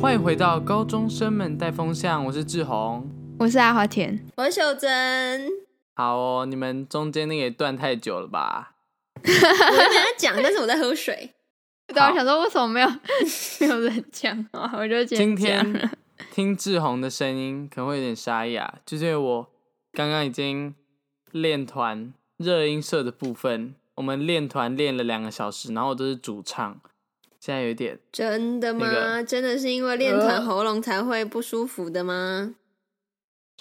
欢迎回到高中生们带风向，我是志宏。我是阿华田，我是秀珍，好哦，你们中间那个也断太久了吧？我原本在讲，但是我在喝水。 对，啊我想说为什么没有 没有人讲话， 我就觉得 今天听志宏的声音可能会有点沙哑，就是因为我刚刚已经练团热音社的部分，我们练团练了两个小时，然后我都是主唱，现在有一点真的吗？那真的是因为练团喉咙才会不舒服的吗？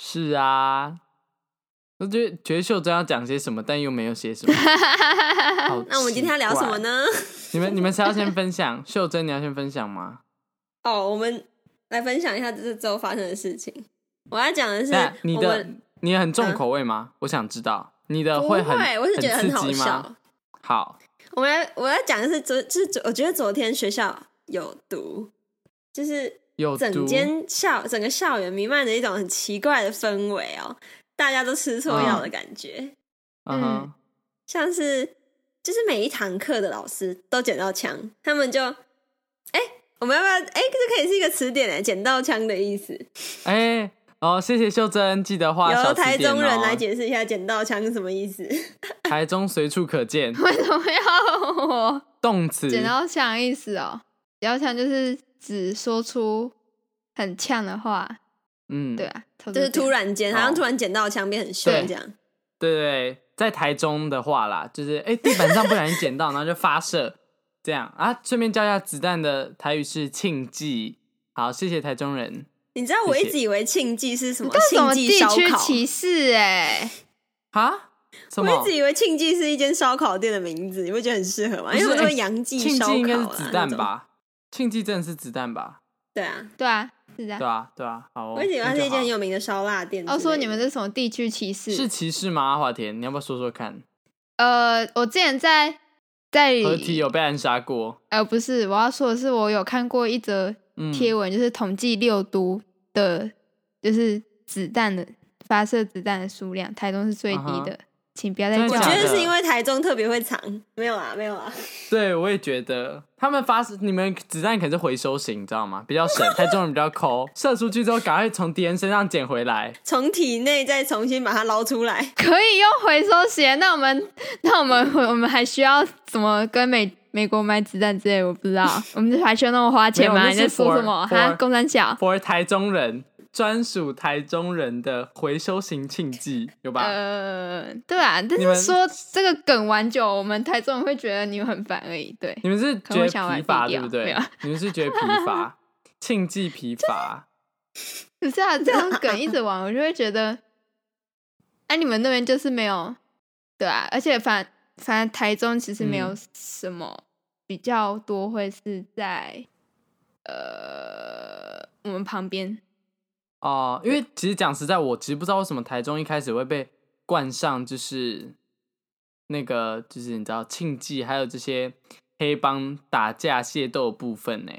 是啊，我觉得觉得秀珍要讲些什么，但又没有 写什么。好那我们今天要聊什么呢？奇怪？你们你们谁要先分享？秀珍，你要先分享吗？哦，我们来分享一下这周发生的事情。我要讲 的是那，你我的们你很重口味吗？我想知道你的不很会，我是觉得很很好刺激笑吗？。好，我们来，我要讲的是昨，就是昨我觉得昨天学校有毒，就是有整毒间校整个校园弥漫着一种很奇怪的氛围哦，大家都吃错药的感觉，嗯哼，像是就是每一堂课的老师都捡到枪，他们就哎、我们要不要哎、这可以是一个词典哎，捡到枪的意思，哎、哦，谢谢秀珍，记得画小由词嗯台典中人哦来解释一下捡到枪是什么意思。台中随处 可见 为什么要我动词，剪刀枪意思哦？剪刀枪就是指说出很呛的话，嗯，对啊，差不就多是突然间，哦好像突然捡到枪变很凶对这样。对对，在台中的话啦，就是哎、地板上不小心捡到，然后就发射，这样啊。顺便教一下子弹的台语是庆忌。好，谢谢台中人。你知道我谢谢一直以为庆忌是什么这样庆这是什么忌地烧区烤，歧视哎、啊？什我么一？直以为庆忌是一间烧烤店的名字，你会觉得很适合吗？不是因为我都哎会杨记庆烧烤、啊、忌应该是子弹那种？吧？庆忌真的是子弹吧？对啊，对啊，是的、对啊，对啊。好哦，我一直以为它是一间很那就有名的烧腊店之类的。哦，说你们这是什么地区歧视？好是歧视吗？阿华田，你要不要说说看？呃，我之前在在合体哦里，有被暗杀过？呃，不是，我要说的是，我有看过一则嗯，贴文，就是统计六都的，就是子弹的发射子弹的数量，台中是最低的，嗯请不要再真的叫我假觉得的是因为台中特别会藏，没有啊，没有啊，对，我也觉得他们发你们子弹可能是回收型，你知道吗？比较省，台中人比较抠，射出去之后赶快从敌人身上捡回来。从体内再重新把它捞出来。可以用回收鞋，那我们那我们我们还需要怎么跟美美国买子弹之类？我不知 道，我们还需要那么花钱没有那吗？你是在说 for- 什么？ for- 哈，工三啊小， for 台中人专属台中人的回收型庆忌，有吧？呃，对啊，但你们是说这个梗玩久，我们台中人会觉得你们很烦而已，对。你们是觉可得能会想把它疲乏，毙对掉不没对有？你们是觉得疲 乏，庆忌疲乏， 不是啊，这种梗一直玩，我就会 觉得，哎、你们那边就是没有，对啊，而且反反正台中其实没有嗯什么比较多会是在、呃我们旁边，哦、因为其实讲实在，我其实不知道为什么台中一开始会被冠上就是那个就是你知道庆忌，还有这些黑帮打架械斗的部分呢、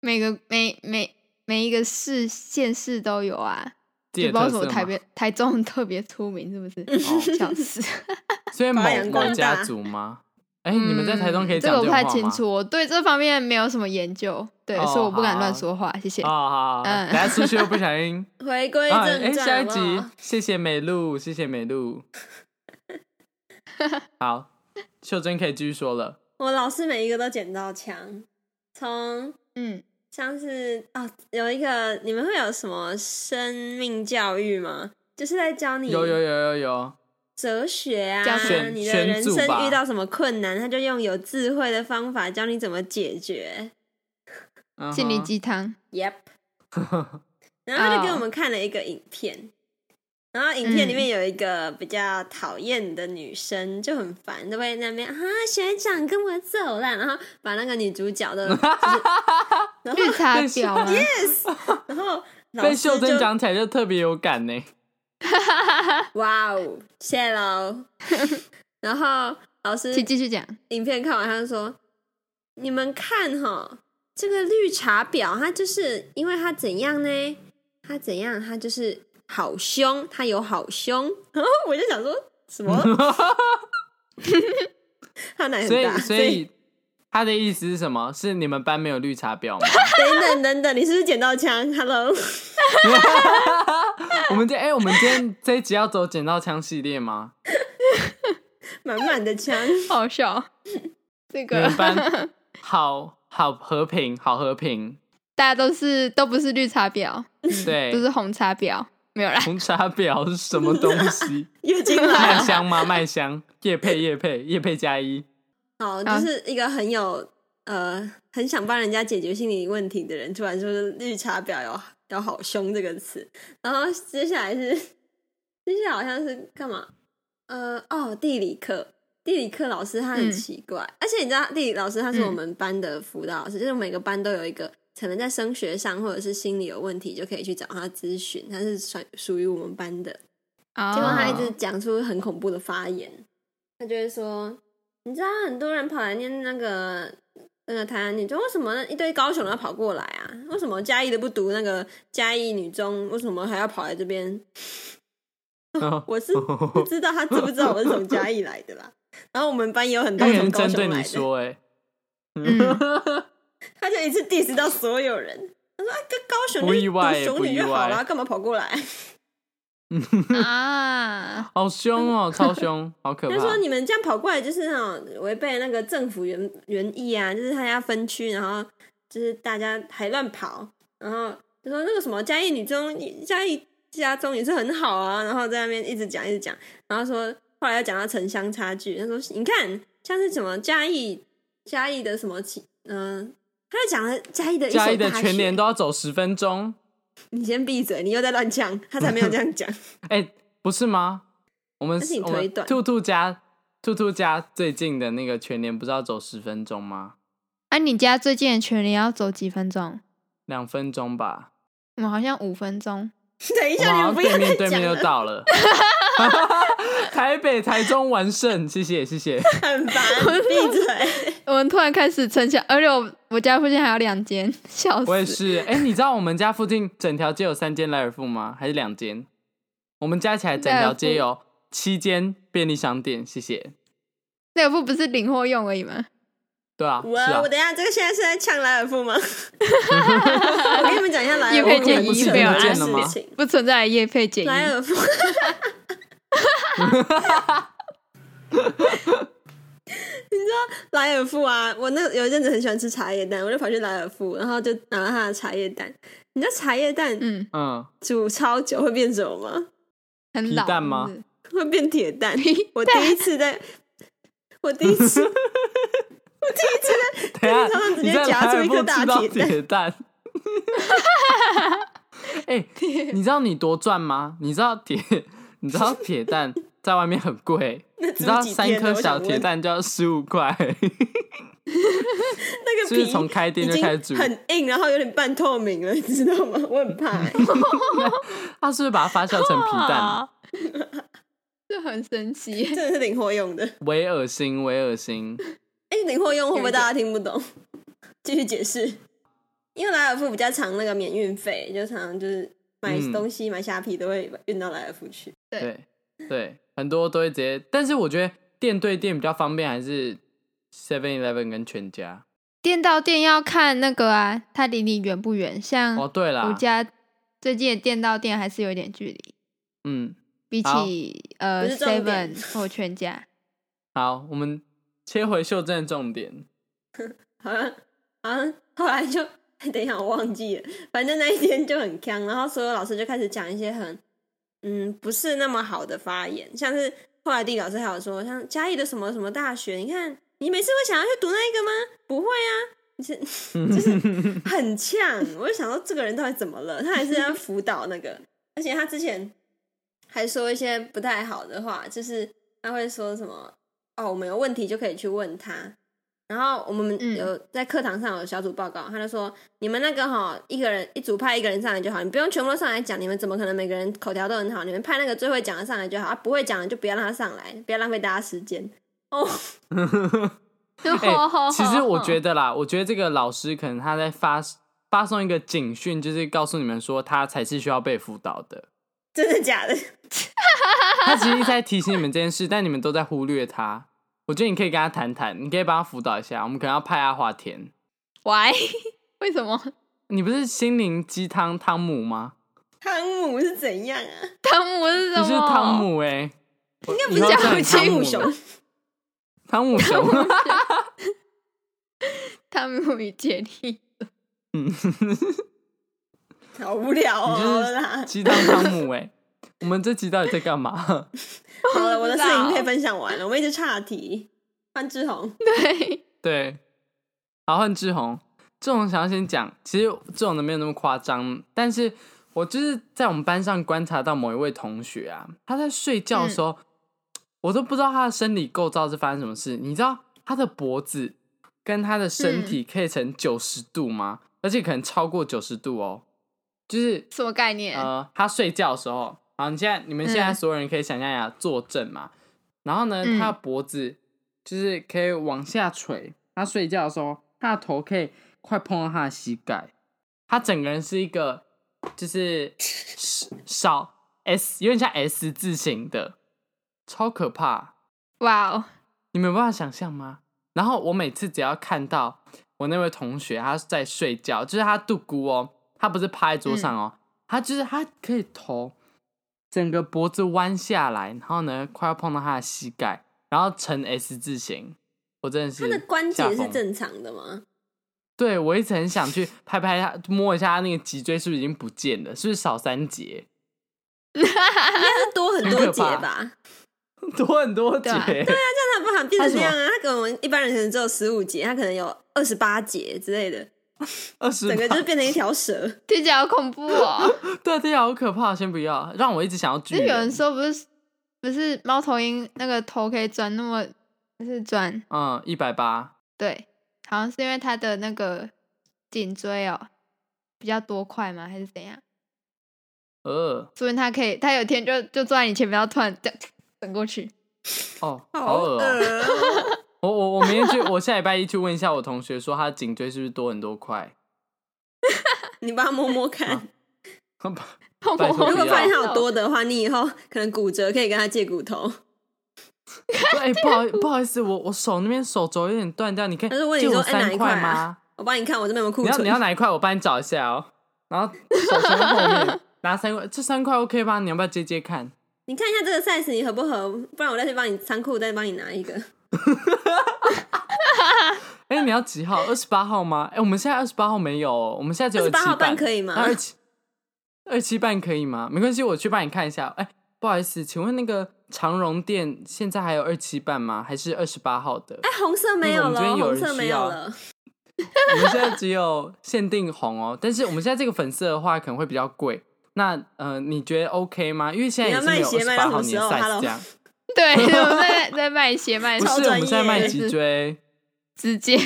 每个每每每一个市县市都有啊，这就也不知道特为什么色嘛台边台中特别出名，是 不是？哦笑死！ 所以某发扬光某大家族吗？哎、你们在台中可以嗯这讲个我不种太话清吗楚，我对这方面没有什么研究，对，哦所以我不敢好乱说话，谢谢。哦，好好好，嗯等下出去又不小 心回归啊，正传，下一好不集好，谢谢美露，谢谢美 露。好，秀珍可以继续说了。我老师每一个都捡到枪，从嗯，像是哦，有一个你们会有什么生命教育吗？就是在教你有有有有有，哲学教啊什么，你的选人选组生吧遇到什么困难，他就用有智慧的方法教你怎么解决。嗯哼心灵鸡汤。 Yep，然后他就给我们看了一个影片，然后影片里嗯面有一个比较讨厌的女生，就很烦，都会在那边啊，学长跟我走啦，然后把那个女主角 的，然后 绿茶婊吗？然后老被师秀珍就讲起来就特别有感呢。哇哦，谢 喽。然后老师请继续讲。影片看完，他就说：“你们看哈，这个绿茶婊，她就是因为她怎样呢？她怎样？她就是好凶，她有好凶。”然后我 就想说什么？她奶很所以大，所所以他的意思是什么？是你们班没有绿 茶婊吗？等等等等，你是不是捡到枪？Hello，我们今哎、我们今天这一集要走剪刀枪系列吗？满满的枪，好笑。 这你个们班好好和平，好和平，大家都是都不是绿茶婊，对都，是红茶婊，没 有啦。红茶婊是什么东西？ 月经来麦香吗？麦香，叶配叶配叶配 加一，哦，啊就是一个很有呃很想帮人家解决心理问题的人，突然说是绿茶婊有有好凶这个词，然后接下来是接下来好像是干嘛？呃，哦，地理课。地理课老师他很嗯奇怪，而且你知道地理老师他是我嗯们班的辅导老师，就是每个班都有一个可能在升学上或者是心理有问题就可以去找他咨询，他是属属于我们班的。结结果他一哦直讲出很恐怖的发言，他就会说：“你知道很多人跑来念那个那个台南女中，为什么一堆高雄人要跑过来啊？为什么嘉义的不读那个嘉义女中，为什么还要跑来这边？”哦我是不知道他知不知道我是从嘉义来的 啦。然后我们班也有很多他也从是高针对雄你来的，说、哎， 嗯嗯他就一次 diss 到所有人。他说：“啊，跟高雄不就意外读不雄女意就好外了，干嘛跑过来？”嗯啊，好凶哦，超凶，好可他怕。说你们这样跑过来就是那种违背那个政府原原意啊，就是他要分区，然后就是大家还乱跑，然后就说那个什么嘉义女中、嘉义家中也是很好啊，然后在那边一直讲一直讲，然后说后来又讲到城乡差距，他说你看像是什么嘉义嘉义的什么其嗯、他就讲了嘉义的一所嘉义的大全学年都要走十分钟，你先闭嘴，你又在乱讲，他才没有这样 讲，哎、不是吗？我们那是你我推们断兔兔家兔兔家最近的那个全年不是要走十分钟吗？啊，你家最近的全联要走几分钟？两分钟吧，我们好像五分钟。等一我们下你好们不要像对面再对讲面就了，到 了。台北、台中完胜，谢谢谢谢。很烦， 闭嘴。我们突然开始城墙，而且我我家附近还有两间， 笑死！我也是，哎、你知道我们家附近整条街有三间莱尔富吗？还是两间？我们加起来整条街有七间便利商店，谢谢。那个不不是领货用而已吗？对啊，是我、啊我，等一下，这个现在是在呛莱尔富 吗？我跟你们讲一下莱 叶尔富佩的建不议是没有不啦见件了啊事吗？情。不存在的业配建莱议。尔富， 莱尔富啊！我那有一阵子很喜欢吃茶叶蛋，我就跑去莱尔富，然后就拿了他的茶叶蛋。你知道茶叶蛋嗯，嗯，煮超久会变什么吗？很老。皮蛋吗是不是会变铁 蛋。啊我第一次在，我第一次，我第一次在等一 便下利商店直接啊你在夹莱出尔一颗富大吃到铁蛋铁蛋。 哎、你知道你多赚吗？你知道铁， 你知道铁蛋在外面很 贵，那你煮知道几三天呢啊颗我小想铁问蛋就要十五 块，那个就是皮从开店已就经开始煮。很硬，然后有点半透明了，你知道吗？我很 怕、欸。他是不是把它发酵 成皮蛋？ 哇这很神奇。真的是领货用的。为恶心，为恶心。哎、领货用会不会大家听不 懂？继续解释。因为莱尔富比较常那个免运费，就常常就是买嗯东西、买虾皮都会运到莱尔富去。对对，很多都会直接，但是我觉得店对店比较方便，还是 Seven Eleven 跟全家。店到店要看那个啊，它离你远不远？像哦，对啦我，家最近的店到店还是有点距离，嗯，比好起呃不是重点 Seven 或全家。 好，我们切回修正重点。好像好像后来就 等一下我忘记了，反正那一天就很坑，然后所有老师就开始讲一些很嗯不是那么好的发言，像是后来地理老师还有说，像嘉义的什么什么大学，你看你每次会想要去读那一个吗？不会啊，你是 就是很呛，我就想说这个人到底怎么了？他还是要辅导那个，而且他之前还说一些不太好的话，就是他会说什么哦，我们有问题就可以去问他。然后我们嗯有在课堂上有小组报告，他就说你们那个哈，一个人一组派一个人上来就好，你不用全部都上来讲，你们怎么可能每个人口条都很好？你们派那个最会讲的上来就好，啊，不会讲的就不要让他上来，不要浪费大家时间。哦， 哎、其实我觉得啦，我觉得这个老师可能他在发发送一个警讯，就是告诉你们说他才是需要被辅导的。 真的假的？他其实一直在提醒你们这件事，但你们都在忽略他。我觉得你可以跟他谈谈，你可以帮他辅导一下。我们可能要派他画田。 Why？为 什么？你不是心灵鸡汤汤姆吗？汤姆是怎样啊？汤姆是什你么？是汤姆哎、欸，应该不以是后叫叫你汤汤姆姆熊吧，汤姆熊， 汤姆与杰利。嗯，好无聊哦。 好你就了是啦，鸡汤汤姆哎、我们这集到底在干嘛？好了，我的事不知道情被分享完了，我们一直岔题。范志宏， 对，对，好，换志宏，志宏想要先讲，其实志宏的没有那么夸张，但是我就是在我们班上观察到某一位同学啊，他在睡觉的时候，我都不知道他的生理构造是发生什么事。你知道他的脖子跟他的身体可以成九十度吗？而且可能超过九十度哦，就是什么概念？呃，他睡觉的时候，好，你现在你们现在嗯所有人可以想象一下坐正嘛，然后呢，嗯他的脖子就是可以往下垂，他睡觉的时候，他的头可以快碰到他的膝盖，他整个人是一个就是少 S 有点像 S 字形的，超可怕，哇哦，你们有办法想象吗？然后我每次只要看到我那位同学他在睡觉，就是他度孤哦，他不是趴在桌上哦，他就是他可以头整个脖子弯下来，然后呢快要碰到他的膝盖，然后呈 S 字形，我真的是他的关节吓是疯正常的吗？对我一直很想去拍拍他，摸一下他那个脊椎是不是已经不见了，是不是少三节， 他是多很多节吧？多很多节，对啊那他不想变成那样他啊？他跟我们一般人可能只有十五节，他可能有二十八节之类的，二十整个就是变成一条蛇。听起来好恐怖哦。 对对啊，好可怕，先不要，让我一直想要巨那有人人，说不是不是猫头鹰那个头可以转那么，就是转嗯，一百八。对，好像是因为它的那个颈椎哦比较多块吗？还是怎样？呃，说明它可以，它有一天就就坐在你前面，然后突然 这样转过去。哦， 好恶、哦恶 哦我我我明天去，我下礼拜一去问一下我同学，说他颈椎是不是多很多块？你帮他摸摸看啊。哦托如不要如果发现他有多，多的话，你以后可能骨折可以跟他借骨头。哎、不好不好意思，我我手那边手肘有点断掉，你可以他就问你借说我哎哪一三块啊 吗？我帮你看我这边有没有库你要存。你要哪一块？我帮你找一下哦。然后手从后 面拿三块，这三块 OK 吧？你要不要接接看？你看一下这个 size 你合不合？不然我再去帮你仓库再帮你拿一个。哎、你要几号？二十八号吗？哎、我们现在二十八号没有哦，我们现在只有啊28号半半可以吗二七二七半可以吗？没关系，我去帮你看一下。哎、不好意思，请问那个长荣店现在还有二七半吗？还是二十八号的？哎，红色没有那个我了，们这边有红人色没需要有了。我们现在只有限定红哦，但是我们现在这个粉色的话可能会比较贵。那呃，你觉得 OK 吗？因为现在也是没有你要卖二鞋十卖到什八号么时年候 size 这样， 对，我 们在在卖鞋卖不超是我专们现在卖业脊椎。直接，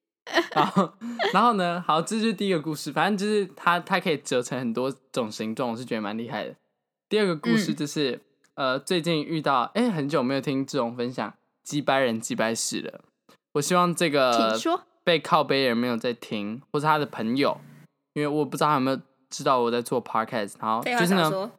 然后，然后呢？好，这就是第一个故事。反正就是它，它可以折成很多种形状，我是觉得蛮厉害的。第二个故事嗯就是，呃，最近遇到，哎、很久没有听志荣分享鸡掰人鸡掰事了。我希望这个请说被靠背的人没有在听，或是他的朋友，因为我不知道他有没有知道我在做 podcast。然后废就话是少呢，说，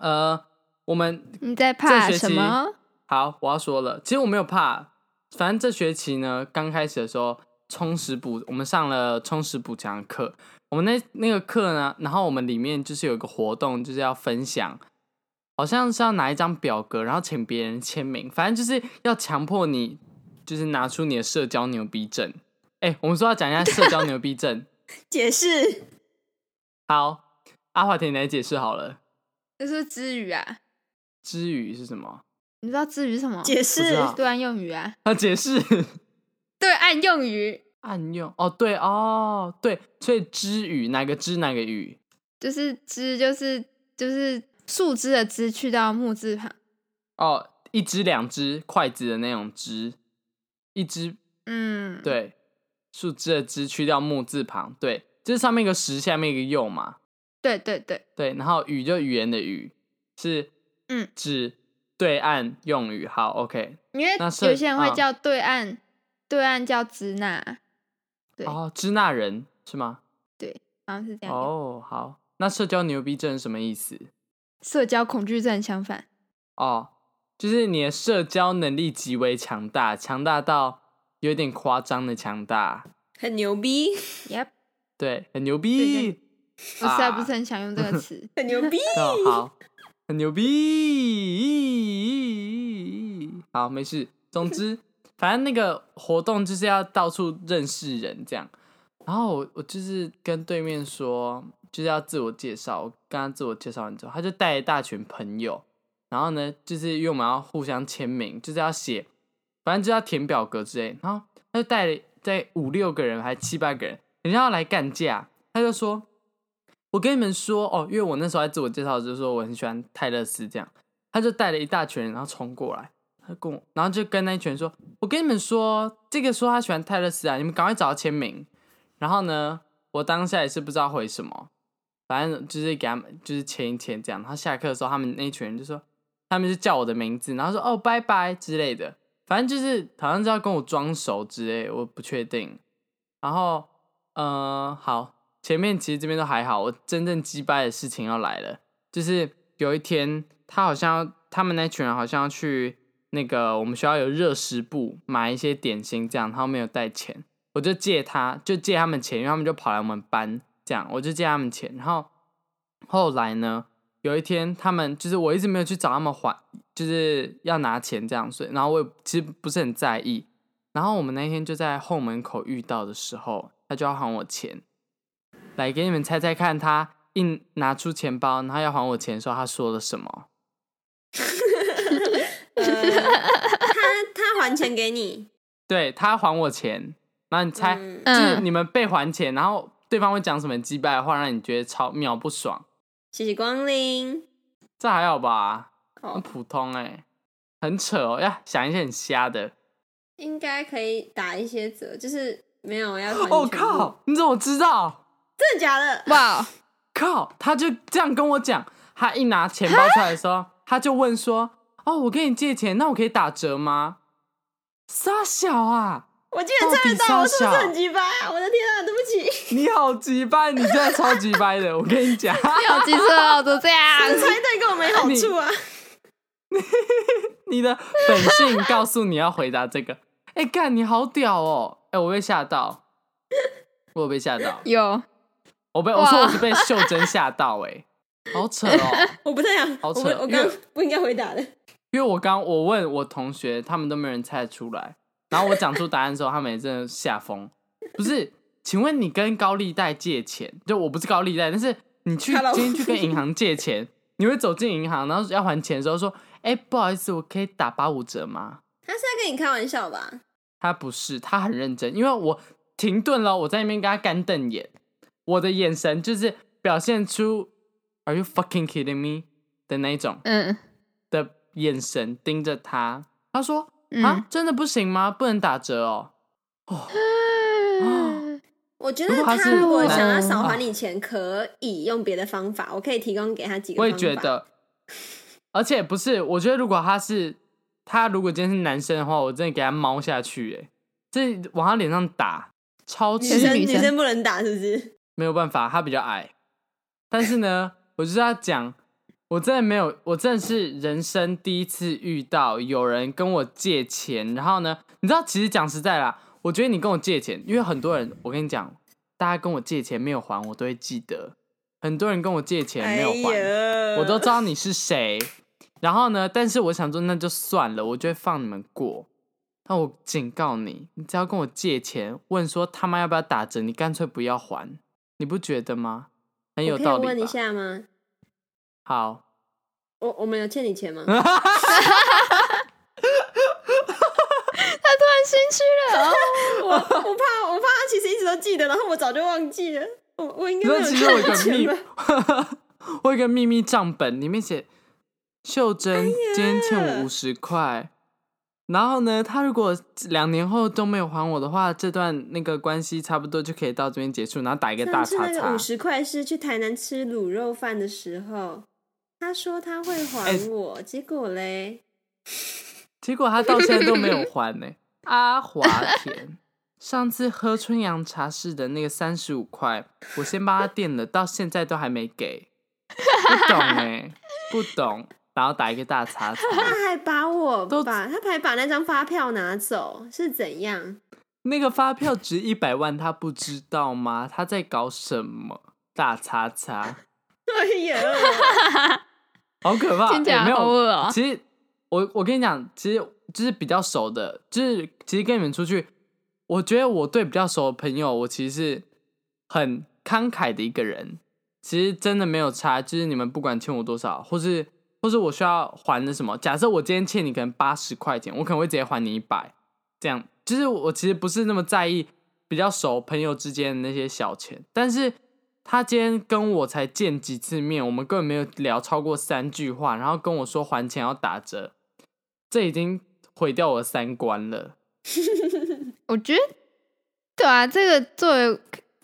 呃，我们你在怕这学什期么？好，我要说了，其实我没有怕，反正这学期呢，刚开始的时候，充实补，我们上了充实补强的课。我们那那个课呢，然后我们里面就是有一个活动，就是要分享，好像是要拿一张表格，然后请别人签名，反正就是要强迫你，就是拿出你的社交牛逼症。哎、我们说要讲一下社交牛逼症，解释好，阿华田你来解释好了。就是之语啊，之语是什么？你知道之语是什么？解不知释，道对岸用语啊，啊，解释。对岸用语暗用哦，对哦，对，所以知语哪个知哪个语？就是枝，就是就是树枝的枝去到木字旁，哦，一只两只筷子的那种只，一只嗯，，对，树枝的枝去掉木字旁，对，就是上面一个石，下面一个又嘛，对对对，对，然后语就语言的语是嗯指对岸用语，好，OK，因为那是有些人会嗯叫对岸，对岸叫支那，对哦，支那人是吗？好像是这样。哦，好，那社交牛逼症是什么意思？社交恐惧症相反，哦，就是你的社交能力极为强大，强大到有点夸张的强大，很牛逼， Yep，对，很牛对逼，我实在不啊是很想用这个 词。很牛逼，哦，好，很牛逼。好，没事。总之，反正那个活动就是要到处认识人这样。然后我我就是跟对面说，就是要自我介绍。我跟他自我介绍完之后，他就带一大群朋友。然后呢，就是因为我们要互相签名，就是要写，反正就要填表格之类。然后他就带了带五六个人，还七八个人，人家要来干架。他就说：“我跟你们说哦，因为我那时候在自我介绍，就是说我很喜欢泰勒斯这样，他就带了一大群人，然后冲过来，他跟我，然后就跟那一群人说，我跟你们说，这个说他喜欢泰勒斯啊，你们赶快找他签名。然后呢，我当下也是不知道回什么，反正就是给他们就是签一签这样。然后下课的时候，他们那一群人就说，他们就叫我的名字，然后说哦拜拜之类的，反正就是好像是要跟我装熟之类，我不确定。然后，呃，好，前面其实这边都还好，我真正击败的事情要来了，就是有一天他好像要他们那群人好像要去那个我们学校有热食部买一些点心，这样他没有带钱，我就借他就借他们钱，因为他们就跑来我们班这样，我就借他们钱，然后后来呢？有一天，他们就是我一直没有去找他们还，就是要拿钱这样，所以然后我也其实不是很在意。然后我们那天就在后门口遇到的时候，他就要还我钱，来给你们猜猜看，他一拿出钱包，然后要还我钱的时候，他说了什么？呃他他还钱给你，对他还我钱，然后你猜，嗯就是嗯，你们被还钱，然后对方会讲什么击败的话，让你觉得超秒不爽？谢谢光临，这还好吧，很哦，普通哎、很扯哦，要想一些很瞎的。应该可以打一些折，就是没有要还哦你我、全部，哦靠，你怎么知道？真的假的？哇，靠，他就这样跟我讲，他一拿钱包出来的时候，他就问说：“哦，我跟你借钱，那我可以打折吗？”傻小啊，我竟然猜得到到，底我是不是三小很鸡巴啊？我的天啊，对不起，你好鸡掰，你真的超鸡掰的，我跟你讲， 你好机车哦，都这样。猜对跟我哎没好处啊！你的本性告诉你要回答这个。哎、干，你好屌哦！哎、我被吓到，我有被吓到，有，我被我说哇我是被袖珍吓到、哎，好扯哦。我不太想，好我扯不我因刚为不应该回答的。因为我刚我问我同学，他们都没有人猜得出来。然后我讲出答案的时候，他们也真的吓疯。不是，请问你跟高利贷借钱？就我不是高利贷，但是你去 Hello 今天去跟银行借钱，你会走进银行，然后要还钱的时候说：“哎、不好意思，我可以打八五折吗他是在跟你开玩笑吧？？”他不是，他很认真，因为我停顿了，我在那边跟他干瞪眼，我的眼神就是表现出 “Are you fucking kidding me” 的那一种嗯的眼神盯着他。他说：“啊嗯，，真的不行吗？不能打折哦。哦，啊我觉如得果他他是如果男想要少还你钱，可以用别的方法。我可以提供给他几个嗯我方法。也觉得，而且不是，我觉得如果他是他，如果今天是男生的话，我真的给他猫下去、欸，哎，这往他脸上打，超女气其实生女生女生不能打，是不是？没有办法，他比较矮。但是呢，我就是要讲，我真的没有，我真的是人生第一次遇到有人跟我借钱。然后呢，你知道，其实讲实在啦，我觉得你跟我借钱，因为很多人，我跟你讲，大家跟我借钱没有还，我都会记得。很多人跟我借钱没有还，哎呀我都知道你是谁。然后呢，但是我想说，那就算了，我就会放你们过。但我警告你，你只要跟我借钱，问说他妈要不要打折，你干脆不要还，你不觉得吗？很有我可以道理吧问一下吗？好，我我们有欠你钱 吗？他突然心虚了，哦我我怕我怕他其实一直都记得，然后我早就忘记了。我我应该没那有其实我有欠个你钱秘吧？，我有一个秘密账本，里面写秀哎珍今天欠我五十块，然后呢，他如果两年后都没有还我的话，这段那个关系差不多就可以到这边结束，然后打一个上大次叉那个叉五。十块是去台南吃卤肉饭的时候，他说他会还我，哎结果嘞，结果他到现在都没有还呢、阿华田，上次喝春阳茶室的那个三十五块，我欸先帮他垫了，到现在都还没给，不懂哎、不懂。然后打一个大叉叉。他还把我都把他还把那张发票拿走，是怎样？那个发票值一百万，他不知道吗？他在搞什么？大叉叉，哎 呀，好可怕！欸听起来有没有好恶哦其实我我跟你讲，其实就是比较熟的，就是其实跟你们出去，我觉得我对比较熟的朋友，我其实是很慷慨的一个人。其实真的没有差，就是你们不管欠我多少，或是或是我需要还的什么。假设我今天欠你可能八十块钱，我可能会直接还你一百，这样。就是我其实不是那么在意比较熟朋友之间的那些小钱，但是他今天跟我才见几次面，我们根本没有聊超过三句话，然后跟我说还钱要打折，这已经毁掉我的三观了。我觉得，对啊，这个作为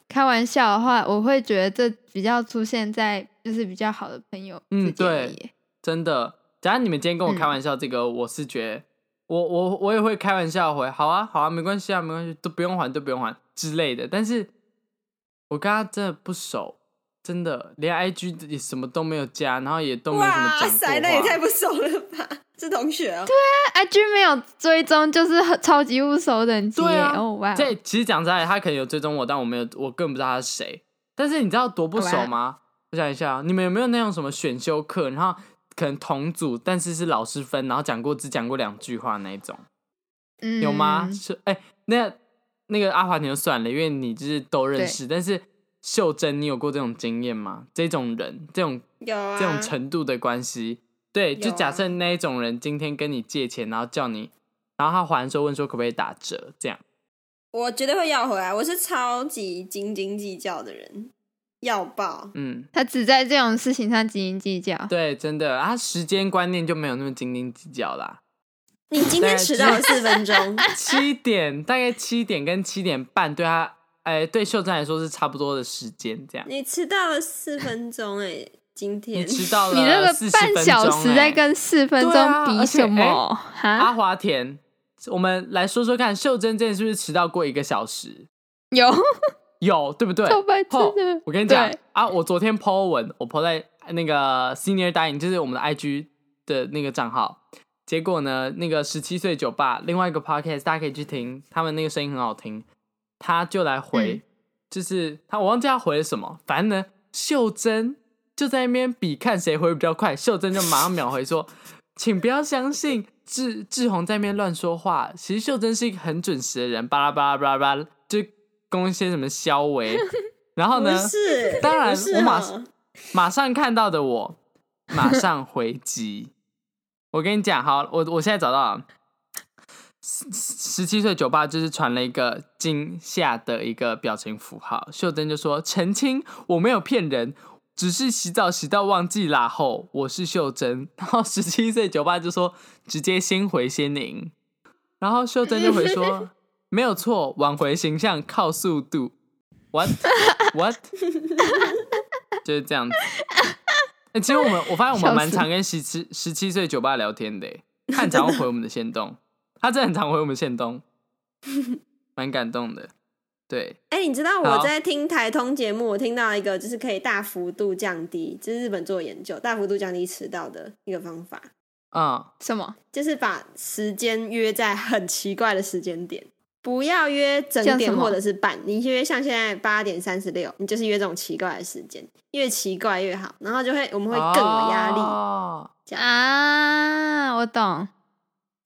开玩笑的话，我会觉得这比较出现在就是比较好的朋友嗯之间对而已真的，假如你们今天跟我嗯开玩笑，这个、我是觉得，我我我也会开玩笑回，好啊好啊，没关系啊，没关系，都不用还，都不用还之类的。但是我跟他真的不熟，真的连 IG 也什么都没有加，然后也都没有什么哇讲过塞，话。那也太不熟了吧？ 是同学哦，但 IG 没有追踪，就是很超级不熟等级耶。对啊哦哇，这其实讲出来，他可能有追踪我，但我没有，我根本不知道他是谁。但是你知道多不熟吗？我想一下，哦你们有没有那种什么选修课，然后可能同组，但是是老师分，然后讲过只讲过两句话那一种，嗯有吗？是哎、那那个阿华你就算了，因为你就是都认识。但是秀珍，你有过这种经验吗？这种人，这种有啊，这种程度的关系。对，就有啊假设那一种人今天跟你借钱，然后叫你，然后他还的时候问说可不可以打折，这样。我绝对会要回来。我是超级斤斤计较的人，要爆。嗯，他只在这种事情上斤斤计较。对，真的，他时间观念就没有那么斤斤计较 啦。你今天迟到了四分 钟，七点，大概七点跟七点半，对他，哎、对秀珍来说是差不多的时间，这样。你迟到了四分钟哎、今你天迟到了 你那个40分半小时钟在哎跟四分对啊钟而比且啊什么阿哈？华田，我们来说说看，秀珍这是不是迟到过一个小时？有有，对不对？ 超白痴的吼我跟你讲对啊，我昨天 po 文，我 po 在那个 Senior Dining，就是我们的 IG 的那个账号。结果呢，那个十七岁酒吧另外一个 podcast，大家可以去听，他们那个声音很好听。他就来回，嗯就是他我忘记他回了什么，反正呢，秀珍就在那边比看谁回比较快，秀珍就马上秒回说：“ 请不要相信志志宏在那边乱说话，其实秀珍是一个很准时的人，巴拉巴拉巴拉巴拉，就攻一些什么肖 维，然后不呢，是，当然不是我马哦马上看到的我，马上回击。我跟你讲，好，我我现在找到了，十十七岁酒吧就是传了一个惊吓的一个表情符号，秀珍就说：“澄清，我没有骗人。”只是洗澡洗到忘记啦后，我是秀珍。 然后十七岁酒吧就说直接先回先赢，然后秀珍就回说没有错，挽回形象靠速度。What what？就是这样子。 欸、其实我们我发现我们笑死蛮常跟十七十七岁酒吧聊天的、欸，他很常会回我们的线动，他真的很常回我们线动，蛮感动的。对，哎、你知道好我在听台通节目，我听到一个就是可以大幅度降低，这是日本做的研究，大幅度降低迟到的一个方法，嗯，什么？就是把时间约在很奇怪的时间点，不要约整像什点么或者是半，你约像现在八点三十六，你就是约这种奇怪的时间，越奇怪越好，然后就会我们会更有压力。哦啊，我懂。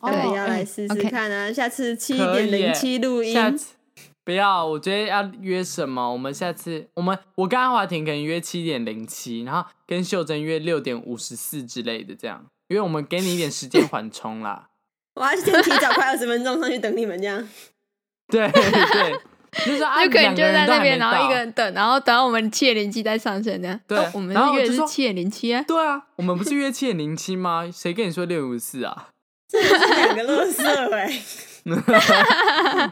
哦对，要哎来试试 OK 看啊！下次七可点以耶零七录音，下次不要，我觉得要约什么？我们下次我们我跟阿华庭可能约七点零七，然后跟秀珍约六点五十四之类的，这样，因为我们给你一点时间缓冲啦。我要先提早快二十分钟上去等你们，这样 对对，就是啊，就可能两就个人在都那还没边，然后一到个人等，然后等到我们七点零七再上线呢。对哦我们然后的我月就是说七点零七啊。对啊，我们不是约七点零七吗？谁跟你说六五四啊？两个乐色 哎。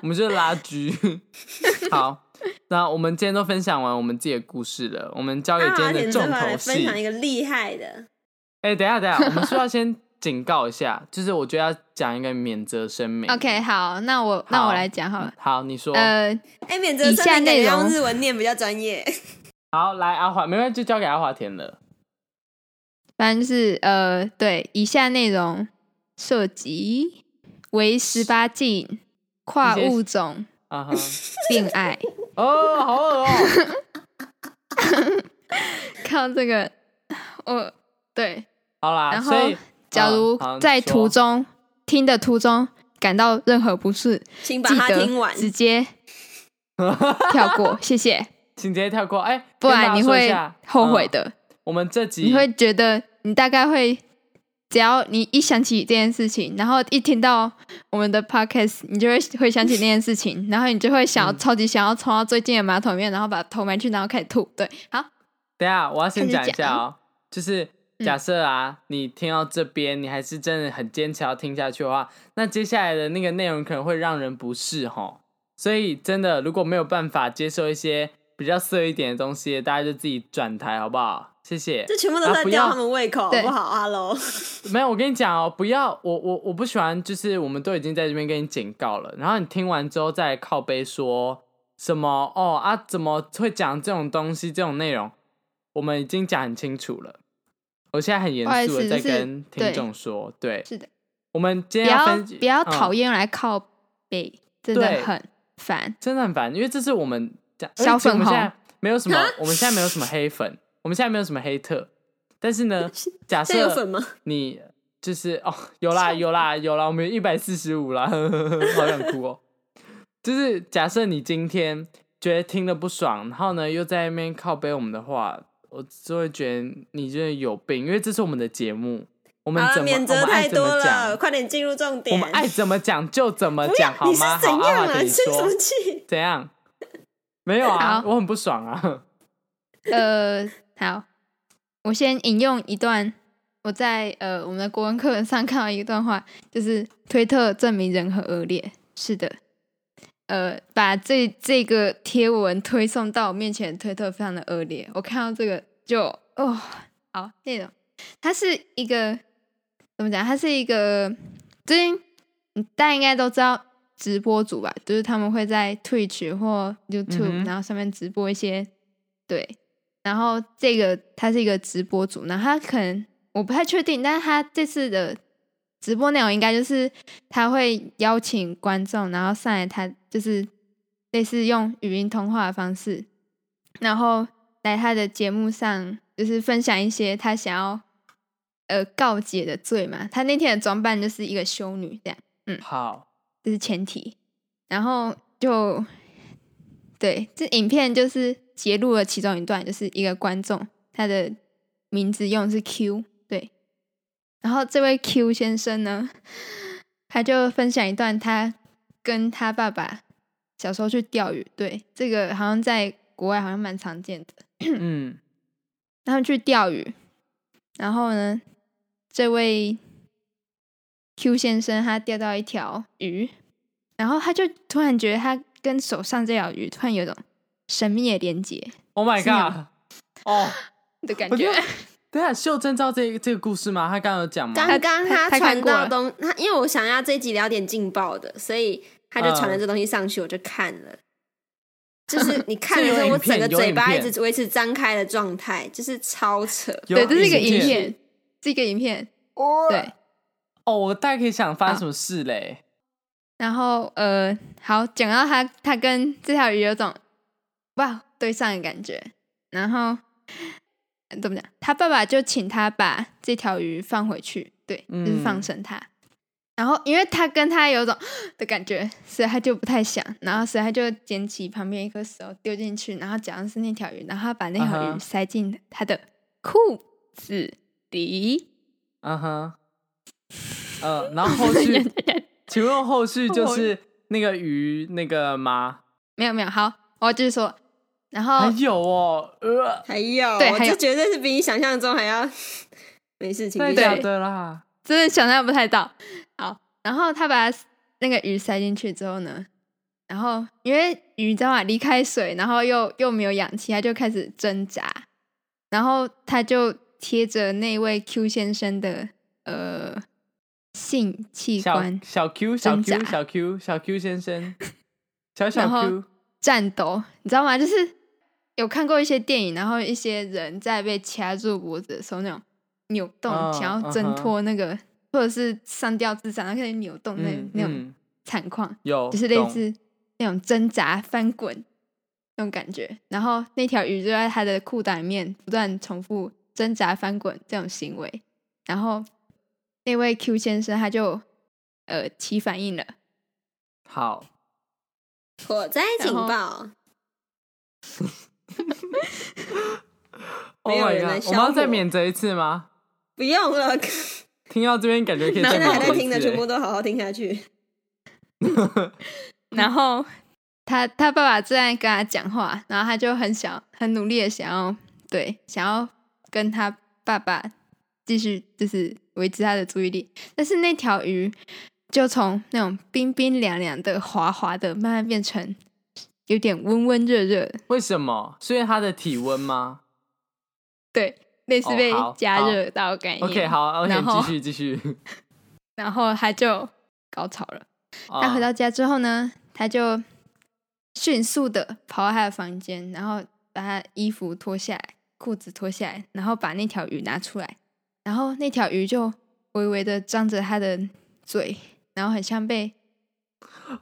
我们就是拉锯。 好，那我们今天都分享完我们自己的故事了，我们交给阿今华天啊田的这重块来头分戏。享一个厉害的，哎、等一下，等一下，我们是不是要先警告一下，就是我觉得要讲一个免责声明。 OK，好，那我那好嗯哦我来讲好了。好，你说。呃，哎，免责以下声明感觉内容要用日文念比较专业。好，来阿华，没关系，就交给阿华田了。反正就是呃，对，以下内容涉及为十八禁、跨一些物种、啊哈，恋爱。哦，好恶哦，靠这个， 我对，好啦，然后所以假如啊好在说途中、听的途中感到任何不适，请把记它得听完。直接跳过，谢谢，请直接跳过，哎，不跟大然家你说一会下后悔。的。嗯我们这集你会觉得你大概会，只要你一想起这件事情，然后一听到我们的 podcast，你就会会想起那件事情，然后你就会想要嗯超级想要冲到最近的马桶里面，然后把头埋去，然后开始吐。对，好，等一下，我要先开始讲一讲嗯下哦，就是假设啊，你听到这边，你还是真的很坚持要听下去的话，那接下来的那个内容可能会让人不适吼。所以真的，如果没有办法接受一些比较色一点的东西，大家就自己转台好不好？谢谢。这全部都啊在不吊要他们胃口，好对不好？Hello，没有，我跟你讲哦，不要，我我我不喜欢，就是我们都已经在这边跟你警告了，然后你听完之后再来靠背说什么哦啊，怎么会讲这种东西这种内容？我们已经讲很清楚了，我现在很严不好意肃的思在是跟听对众说，对，是的，我们今不天要分不要嗯讨厌来靠背，真对的很烦。真的很烦，因为这是我们讲小而且我们粉红 现在没有什么，我们现在没有 什么黑粉，我们现在没有什么黑特，但是 呢，假这有粉设吗？你就是哦，有啦有啦有啦，我们一百四十五啦， 呵呵呵好想哭哦。就是假设你今天觉得听得不爽，然后呢又在那边靠背我们的话，我就会觉得你真的有病，因为这是我们的节目，我们好怎了，么啊免我责们爱太怎多么了，讲，快点进入重我点。们爱怎么讲就怎么讲，好你是吗？怎好，阿样华啊？给你你生什说 么。气？怎样？没有啊，好我很不爽啊。 呃，好，我先引用一段我在呃我们的国文课本上看到一段话，就是推特证明人很恶劣。是的，呃，把这这个贴文推送到我面前的推特非常的恶劣，我看到这个就哦，好内容，它是一个怎么讲？它是一个最近嗯大家应该都知道直播主吧，就是他们会在 Twitch 或 YouTube，、嗯哼然后上面直播一些对，然后这个他是一个直播主，然后他可能我不太确定，但是他这次的直播内容应该就是他会邀请观众，然后上来他就是类似用语音通话的方式，然后来他的节目上就是分享一些他想要呃告解的罪嘛。他那天的装扮就是一个修女这样。好，这是前提。然后就对，这影片就是截录了其中一段，就是一个观众，他的名字用的是 Q，对。然后这位 Q 先生呢，他就分享一段他跟他爸爸小时候去钓鱼，对，这个好像在国外好像蛮常见的。 嗯，他们去钓鱼，然后呢，这位 Q 先生他钓到一条鱼，然后他就突然觉得他跟手上这条鱼突然有种神秘的连接 Oh my 是啊那 god！哦，的感我觉觉。得等一下秀珍知道这这个故事吗？她刚刚有讲吗？刚刚他他传看过到了东，他因为我想要这一集聊点劲爆的，所以他就传了嗯这东西上去，我就看 了。就是你看了是有之后，我影整片个有嘴影巴一片直维持张开的状态，就是超扯。有对，这是一个影影片，是一个影片。 对，哦，我大概可以想发生什么事嘞。然后呃，好，讲到他，他跟这条鱼有种哇对上的感觉。然后呃怎么讲？他爸爸就请他把这条鱼放回去，对，就是嗯放生它。然后因为他跟他有种 的感觉，所以他就不太想。然后所以他就捡起旁边一颗石头丢进去，然后假装是那条鱼，然后他把那啊条哈鱼塞进他的裤子里。嗯哼，呃，然 后后续，请问后续就是那个鱼那个吗？没有没有，好，我要继续说。然后还有哦，呃，还有，对我还这有绝对是比你想象中还要 没事情。太对假的啦。真的想象不太到。好，然后他把那个鱼塞进去之后呢，然后因为鱼知道吗？离开水，然后又又没有氧气，它就开始挣扎，然后它就贴着那位 Q 先生的呃性器小官小 Q 小挣 Q 扎小 Q 小 Q 先生，小小然后 Q，战斗，你知道吗？就是有看过一些电影，然后一些人在被掐住脖子的时候那种扭动，哦想要嗯挣哼脱那个，或者是上吊自杀，然后开始扭动那、嗯那种嗯，惨况，有，就是类懂似那种挣扎、翻滚那种感觉。然后那条鱼就在他的裤裆里面不断重复挣扎、翻滚这种行为。然后那位 Q 先生他就呃起反应了，好，火灾警报，没有 Oh my 人来 god，消我们要再火免责一次吗？不用 了，听到这边感觉可以现再在还在免责一听的次全部都好好听下去。然后 他他爸爸正在跟他讲话，然后他就很想很努力的想要对想要跟他爸爸继续就是维持他的注意力，但是那条鱼就从那种冰冰凉凉的、滑滑的，慢慢变成有点温温热热的，为什么？是因为它的体温吗对，类似哦被好加好热到的概念。 ？OK，好，OK，哎然后继续继续。然后他就高潮了。 他啊回到家之后呢，他就迅速的跑到他的房间，然后把他衣服脱下来，裤子脱下来，然后把那条鱼拿出来，然后那条鱼就微微的张着他的嘴，然后很像被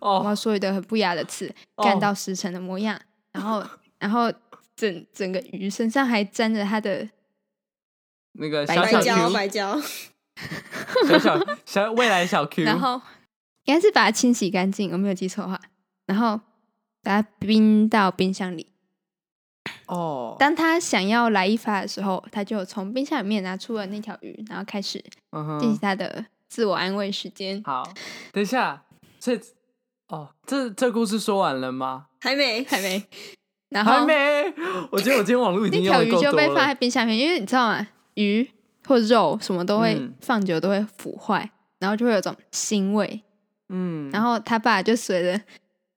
我要哦，说一个很不雅的词，哦干到石沉的模样，然后 然后整整个鱼身上还沾着他的那个白小白小胶， Q，白胶，小小小未来 小 Q，然后应该是把它清洗干净，我没有记错的话，然后把它冰到冰箱里。哦，当他想要来一发的时候，他就从冰箱里面拿出了那条鱼，然后开始嗯进哼，行他的自我安慰时间。好，等一下，这哦，这这故事说完了吗？还没，还没，然还后没，我觉得我今天网络已那经用条的鱼够就多被放在了。冰箱里面，因为你知道吗？鱼或肉什么都会、嗯放久都会腐坏，然后就会有种腥味。嗯，然后他爸就随着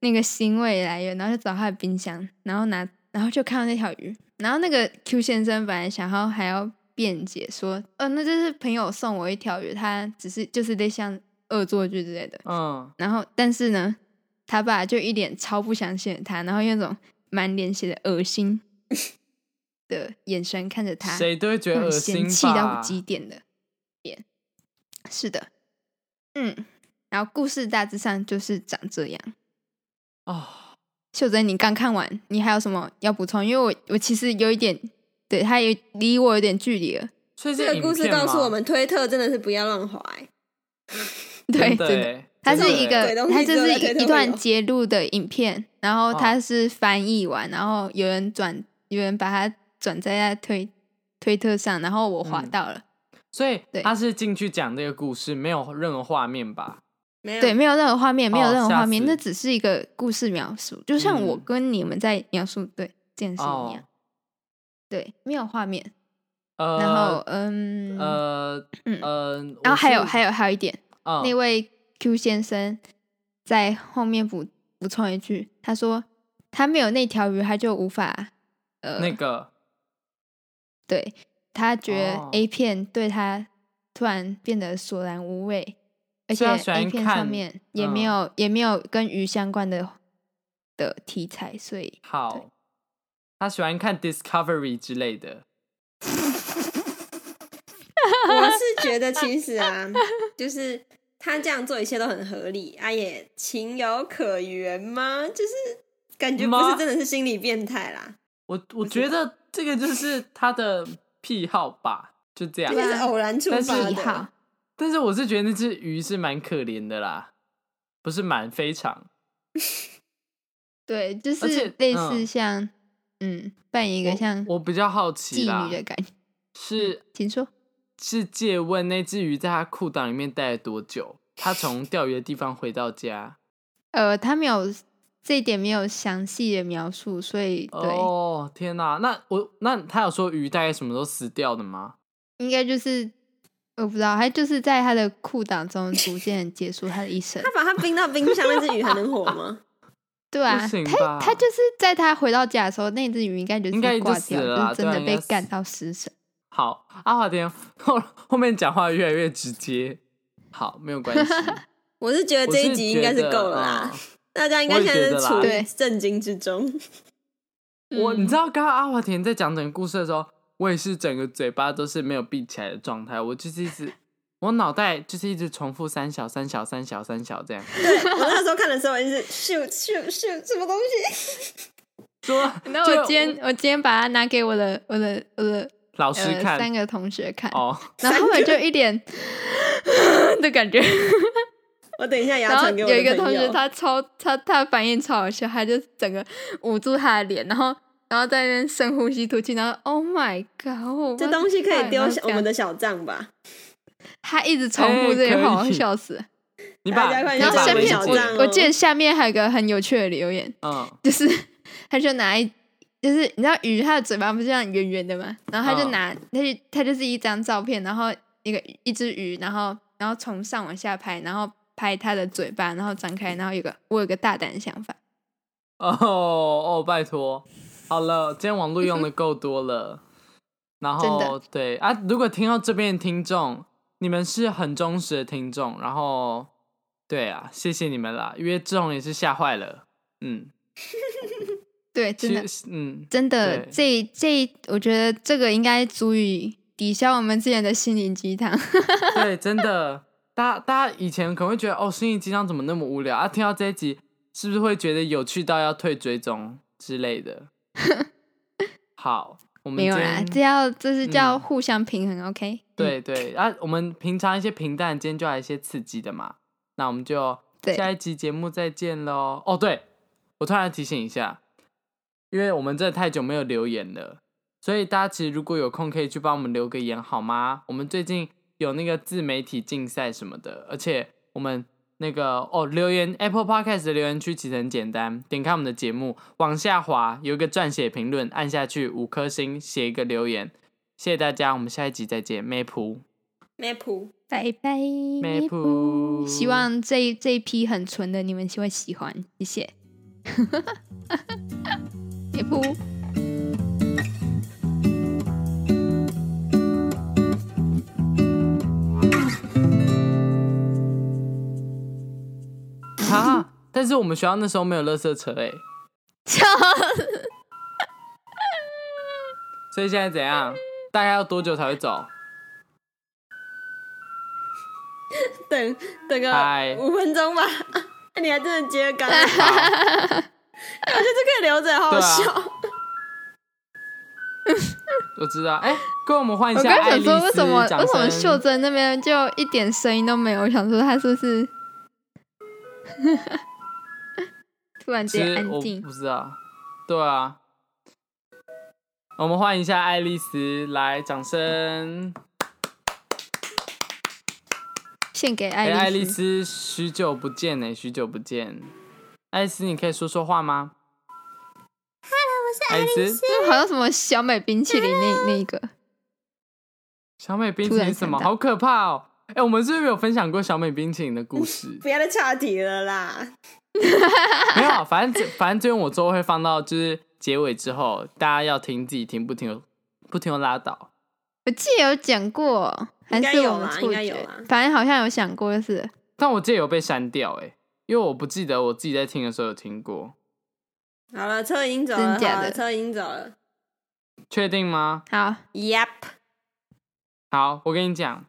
那个腥味来源，然后就找他的冰箱，然后拿，然后就看到那条鱼。然后那个 Q 先生本来想要还要辩解说，呃，那就是朋友送我一条鱼，他只是就是类像恶作剧之类的。嗯，然后但是呢，他爸就一脸超不相信的他，然后用那种满脸写的恶心的眼神看着他，谁都会觉让得人恶心嫌吧？弃到极点的点。是的，嗯，然后故事大致上就是长这样。哦，秀珍，你刚看完，你还有什么要补充？因为我我其实有一点，对他有离我有点距离了。 所以这个影故事片告诉吗我，们，推特真的是不要乱滑、欸。对，真的真的，欸，它真是的一欸个鬼东，西它只就有是在推特一会段有截录的影片，然后它哦是翻译完，然后有人转，有人把它转载在推推特上，然后我滑嗯到了，所以对他是进去讲这个故事，没有任何画面吧？没有，对，没有任何画面，没有哦任何吓画面，死那只是一个故事描述，就像我嗯跟你们在描述对这件事一样哦，对，没有画面。呃，然后，嗯，呃嗯呃，哦然后还有还有有还有一点，那位 Q 先生在后面补补充一句，他说他没有那条鱼，他就无法，呃，那个对他觉哦得 A 片对他突然变得索然无味，而且所以他喜欢 A 片上看面也嗯没有、也没有跟鱼相关的的题材，所以好，他喜欢看 Discovery 之类的。我是觉得其实啊， 就是他这样做一切都很合理，啊也情有可原吗？就是感觉不吗是真的是心理变态啦，我我知觉得这个就是他的癖好吧，就这样这对。啊个是偶然触但是发喜一好的。。但是我是觉得那只鱼是蛮可怜的啦，不是蛮非常。对，就而且是类似嗯像嗯扮演一我个像我比较好奇妓啦女，的感觉，是请说。是借问那只鱼在他裤裆里面待了多久？他从钓鱼的地方回到家。呃，他没有这一点没有详细的描述，所以对，哦，天哪、那我那他有说鱼大概什么时候死掉的吗？应该就是我不知道，他就是在他的裤裆中逐渐结束他的一生他。把它冰到冰箱，那只鱼还能活 吗？对啊，不行他吧他就是在他回到家的时候，那只鱼应该就应该是就挂死掉，了就啦是真对啊的应被该死干到失神。好，阿华田后后面讲话越来越直接。好，没有关 系。我是觉得我这一集应该是觉得够了啦，嗯大家应该现在是处我啊也觉于得啦 震惊之中。 我你知嗯道，道，刚刚阿华田在讲整个故事的时候，我也是整个嘴巴都是没有闭起来的状态，我就是一直， 我脑袋就是一直重复三小三小三小三小这样，对我那时候看的时候，我就是咻咻咻，什么东 西？ 说，那就我今天我今天把它拿给我的我的我的老师呃看三个同学看， 哦，然后他们就 一脸的感觉。我等一下也要然后传给我的有一个同朋友学，他超他他反应超好笑，他就整个捂住他的脸，然后然后在那边深呼吸吐气，然后 Oh my God！我这东西可以丢下我们的，小账吧？他一直重复这哎句话，可我以笑死。你大把家快你点然后把下微面小账我我记得下面还有一个很有趣的留言，嗯就是 他就拿一。就是你知道鱼，它的嘴巴不是这样圆圆的嘛？然后他就嗯拿，他就他就是一张照片，然后一个一只鱼，然后然后从上往下拍，然后拍它的嘴巴，然后张开，然后有个我有个大胆的想法， 哦哦，拜托，好了，今天网络用的够多了。然真后的对啊，如果听到这边的听众，你们是很忠实的听众，然后对啊，谢谢你们啦，因为志宏也是吓坏了，嗯，对，真的其实嗯，真的，对这这，我觉得这个应该足以抵消我们之前的心灵鸡汤。 对，真的，大家大家以前可能会觉得哦，心灵鸡汤怎么那么无聊啊？听到这一集，是不是会觉得有趣到要退追踪之类 的？好，我们没有今啦天，这要这是叫嗯互相平衡、o 嗯 k，对对，啊，我们平常一些平淡，今天就来一些刺激的嘛。那我们就对下一集节目再见喽。哦，对，我突然提醒一下，因为我们真的太久没有留言了，所以大家其实如果有空可以去帮我们留个言好吗？我们最近有那个自媒体竞赛什么的，而且我们那个哦留言 Apple Podcast 的留言区其实很简单，点开我们的节目往下滑有一个撰写评论，按下去五颗星写一个留言。谢谢大家，我们下一集再见，妹仆， map 拜拜，妹咪仆咕 希望这一这一批很纯的你们会喜欢，谢谢。也不。啊！但是我们学校那时候没有垃圾车哎、所以现在怎样？大概要多久才会走？等等嗨个五分钟吧。 啊你还真的接了 刚，我觉得好这可以留着，好好对啊笑。我知道，哎、跟我们换一我下刚爱想丽说，为丝什么掌为什么声秀珍那边就一点声音都没有？我想说她是不 是突然其之实间安我静？不知道，对啊。我们换一下爱丽丝，来掌声献给哎，爱爱丽丽丝，丝。许久不见哎、许久不见，爱丽丝，你可以说说话吗？Hello，我是爱丽丝。那好像什么小美冰淇淋那那一个，小美冰淇突淋然是什想么？到好可怕哦！哎、我们是不是有分享过小美冰淇淋的故 事？ 不要再岔题了啦。没有，啊反正反正最后我之后会放到就是结尾之后，大家要听自己听不听，不听就拉倒。我记得有讲过，还应该是有我们啦错应该有觉啦？反正好像有想过，就是但我记得有被删掉哎、因为我不记得我自己在听的时候有听过，好了，车已经走了，真假好了，的车已经走了。确定吗？好。 Yep。好，我跟你讲，